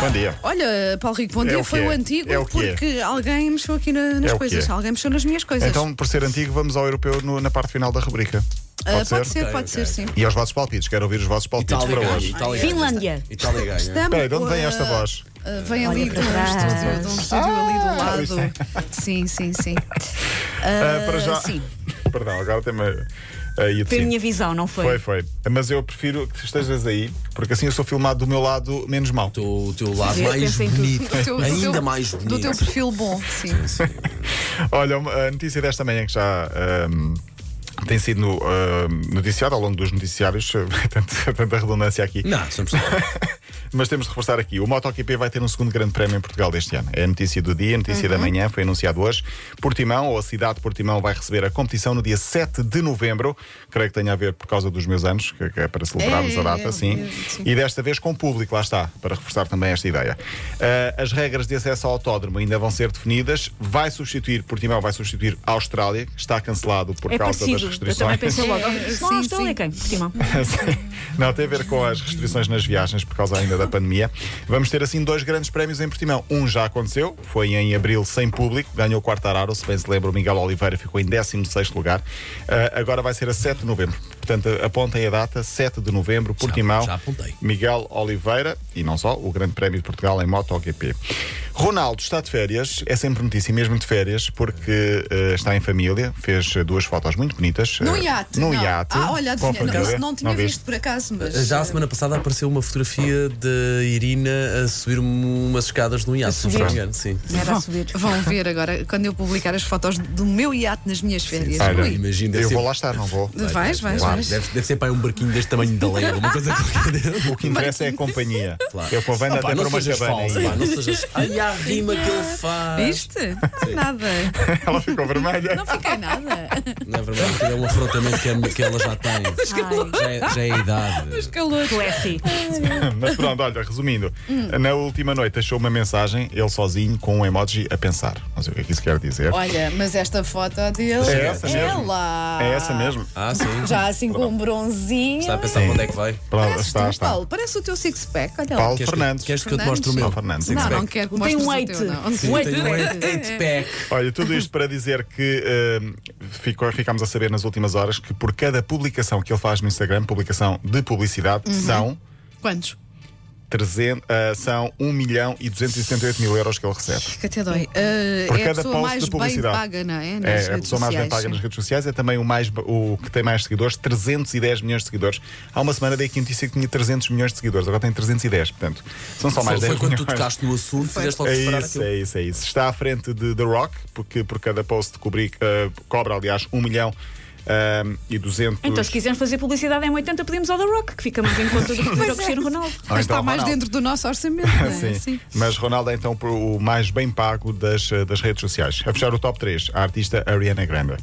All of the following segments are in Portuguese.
Bom dia. Olha, Paulo Rico, bom É dia. o que foi é. o antigo É o que é. porque alguém mexeu aqui na- nas É o que coisas. é. Alguém mexeu nas minhas coisas. Então, por ser antigo, vamos ao europeu no- na parte final da rubrica. Ah, Pode, pode ser? ser, pode ser, sim. E aos vossos palpites, quero ouvir os vossos palpites Itália para ganha, hoje. Itália ganha. Finlândia. Itália ganha. Estamos Espera aí, de onde vem com a- esta voz? Ah, vem ali de um, para trás. estúdio, de um estúdio ali do lado. Sim, sim, sim. Ah, Ah, para já. Sim. Perdão, agora tem uma. Aí Foi a minha visão, não Foi, foi? foi. Mas eu prefiro que estejas aí, porque assim eu sou filmado do meu lado menos mal. O teu lado Eu mais pensei em tudo. bonito. Do teu- do Ainda teu- mais bonito. Do teu perfil bom, sim. Olha, uma- a notícia desta manhã que já. ahm, tem sido no, ahm, noticiada ao longo dos noticiários, tanta, tanta redundância aqui. Não, é somos Mas temos de reforçar aqui: o MotoGP vai ter um segundo grande prémio em Portugal deste ano. É a notícia do dia, a notícia Uhum. da manhã, foi anunciado hoje. Portimão, ou a cidade de Portimão, vai receber a competição no dia 7 de novembro. Creio que tenha a ver por causa dos meus anos, que, que é para celebrarmos É, a data, é, sim. é, sim. E desta vez com público, lá está, para reforçar também esta ideia. Ah, as regras de acesso ao autódromo ainda vão ser definidas. Vai substituir, Portimão vai substituir a Austrália, que está cancelado por É causa parecido. das Eu também restrições. pensei logo. É, Não, sim, Austrália sim. é quem? Portimão. Sim. é. Não, tem a ver com as restrições nas viagens por causa ainda da pandemia. Vamos ter assim dois grandes prémios em Portimão. Um já aconteceu, foi em abril sem público, ganhou o Quartararo, se bem se lembra, o Miguel Oliveira ficou em 16 lugar. Ah, agora vai ser a 7 de novembro. Portanto, apontem a data, 7 de novembro, Portimão. já apontei. Miguel Oliveira e não só, o Grande Prémio de Portugal em MotoGP. Ronaldo está de férias, é sempre notícia, mesmo de férias, porque eh, está em família, fez eh, duas fotos muito bonitas. Num eh, iate. Num não. iate. Ah, olha, com a adivinha, família. não, não tinha viste? visto por acaso, mas. Ah, Já a semana passada apareceu uma fotografia de Irina a subir umas escadas de um iate, se não me subir. engano. Sim. Era a subir. eh, Vão ver agora, quando eu publicar as fotos do meu iate nas minhas férias. Olha, Ui. imagino, deve eu ser- vou lá estar, não vou. Vais, vais, Claro, vais. Deve, deve ser para aí um barquinho deste tamanho da lenda, uma coisa qualquer. O que interessa é a companhia. Claro. Eu convém Ah, até pá, para não uma sejas cabana. falso, aí. pá, não sejas. Ai, a rima que ele faz. Viste? Nada. Ela ficou vermelha. Não fiquei nada. Não é verdade, aquilo é um afrontamento que, a- que ela já tem. Já é, já é a idade. Calor. Tu é assim. Mas pronto, olha, resumindo, Hum. na última noite deixou uma mensagem, ele sozinho, com um emoji a pensar. Não sei o que é que isso quer dizer. Olha, mas esta foto dele É essa mesmo. lá. É essa mesmo. Ah, sim. Já assim com um bronzinho. Está a pensar Sim. para onde é que vai? Pronto, Parece está, tu, está. Paulo, parece o teu six-pack. Olha lá. Paulo Queres que- Fernandes. queres que eu te mostre o Paulo meu? Fernandes. Não, six-pack. não quero que Tem mostres um o eight. teu, não. Sim, Sim. tem Tenho um eight- eight pack. Olha, tudo isto para dizer que eh, ficou, ficámos a saber nas últimas horas que por cada publicação que ele faz no Instagram, publicação de publicidade, Uhum. são, Quantos? 300, ah, são 1 milhão e 278 mil euros que ele recebe. É Que até dói. Ah, Por é a cada pessoa post mais de bem publicidade. paga, não é? Nas É, a redes pessoa mais bem sociais, paga nas sim. redes sociais é também o, mais, ba- o que tem mais seguidores, 310 milhões de seguidores. Há uma semana dei aqui notícia que tinha 300 milhões de seguidores, agora tem 310, portanto, são só mais Foi, 10 foi quando tu milhões. tocaste no assunto, fizeste logo É separar isso, aquilo. é isso, é isso. Está à frente de The Rock, porque por cada post cobri, eh, cobra, aliás, 1 milhão ah, e 200. Então, se quisermos fazer publicidade em 80, pedimos ao The Rock, que fica mais em conta do que pedir ao Cristiano Ronaldo. Ou Mas então está mais Ronaldo. dentro do nosso orçamento, não é? Sim. Mas Ronaldo é então pro- o mais bem pago das, eh, das redes sociais. A fechar o top 3, a artista Ariana Grande.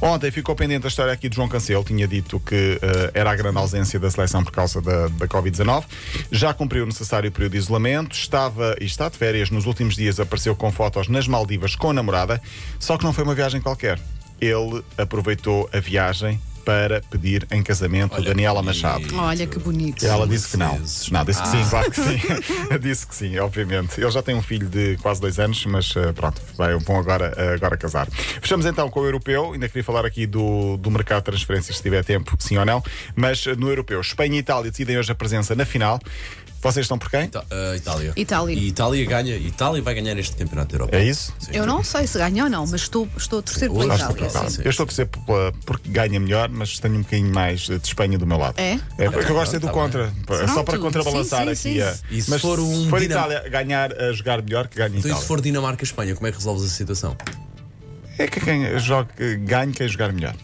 Ontem ficou pendente a história aqui de João Cancelo, tinha dito que eh, era a grande ausência da seleção por causa da, da Covid-19. Já cumpriu o necessário período de isolamento, estava e está de férias. Nos últimos dias apareceu com fotos nas Maldivas com a namorada, só que não foi uma viagem qualquer. Ele aproveitou a viagem para pedir em casamento Olha, Daniela que Machado. bonito. Olha que bonito. Ela disse que não. vezes. Ah. Não, disse que sim, claro que sim. disse que sim, obviamente. Ele já tem um filho de quase dois anos, mas eh, pronto, vai, vão agora, eh, agora casar. Fechamos então com o europeu. Ainda queria falar aqui do, do mercado de transferências, se tiver tempo, sim ou não. Mas eh, no europeu, Espanha e Itália decidem hoje a presença na final. Vocês estão por quem? Ita- ah, Itália. Itália. E Itália ganha. Itália vai ganhar este campeonato da Europa. É isso? Sim. Eu não sei se ganha ou não, mas estou, estou a torcer pela Hoje está Itália. preparado. sim. Ah, Sim. Eu estou a torcer pela- porque ganha melhor, mas tenho um bocadinho mais eh, de Espanha do meu lado. É? porque eu gosto é do Tá bem. contra. Só Pronto. para contrabalançar Sim, sim, aqui. sim. a- E se mas for um se for dinam- Itália ganhar a jogar melhor, que ganha Então, e Itália. se for Dinamarca-Espanha, como é que resolves a situação? É que quem joga, ganha quem jogar melhor.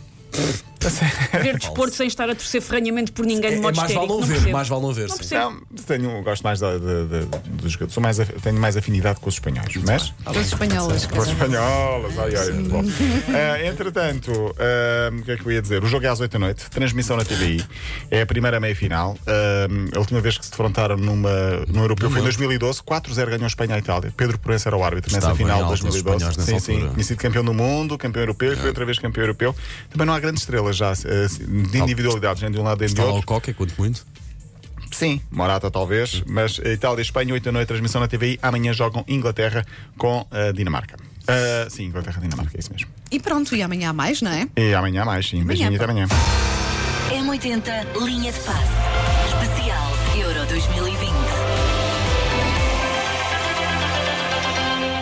Ver desporto sem estar a torcer ferranhamente por ninguém de É- modo mais vale histérico. não ver, percebo. mais vale não ver. sim. percebo. Não, tenho, gosto mais da- da- da- dos jogadores. Sou mais, af- tenho mais afinidade com os espanhóis. Mas. Com as espanholas. Com os espanholas, ai, ai. Bom. Ah, entretanto, ah, o que é que eu ia dizer? O jogo é às 8 da noite, transmissão na TVI, é a primeira meia final. Ehm, a última vez que se defrontaram numa, num europeu foi em 2012, 4-0 ganhou a Espanha à Itália. Pedro Proença era o árbitro nessa Estavam em final de alta os 2012. espanhóis nessa sim, sim. altura. É. Tinha sido campeão do mundo, campeão europeu, e foi outra vez campeão europeu. Também não há grandes estrelas já ah, de eh, individualidades, nem de um lado nem do Está lá outro. o Coca, quanto muito. Sim, Morata talvez, mas Itália e Espanha, 8 da noite, transmissão na TVI. Amanhã jogam Inglaterra com a Dinamarca. Ah, sim, Inglaterra, Dinamarca, é isso mesmo. E pronto, e amanhã há mais, não é? E amanhã mais, sim. Beijinho e até amanhã. M80, linha de passe.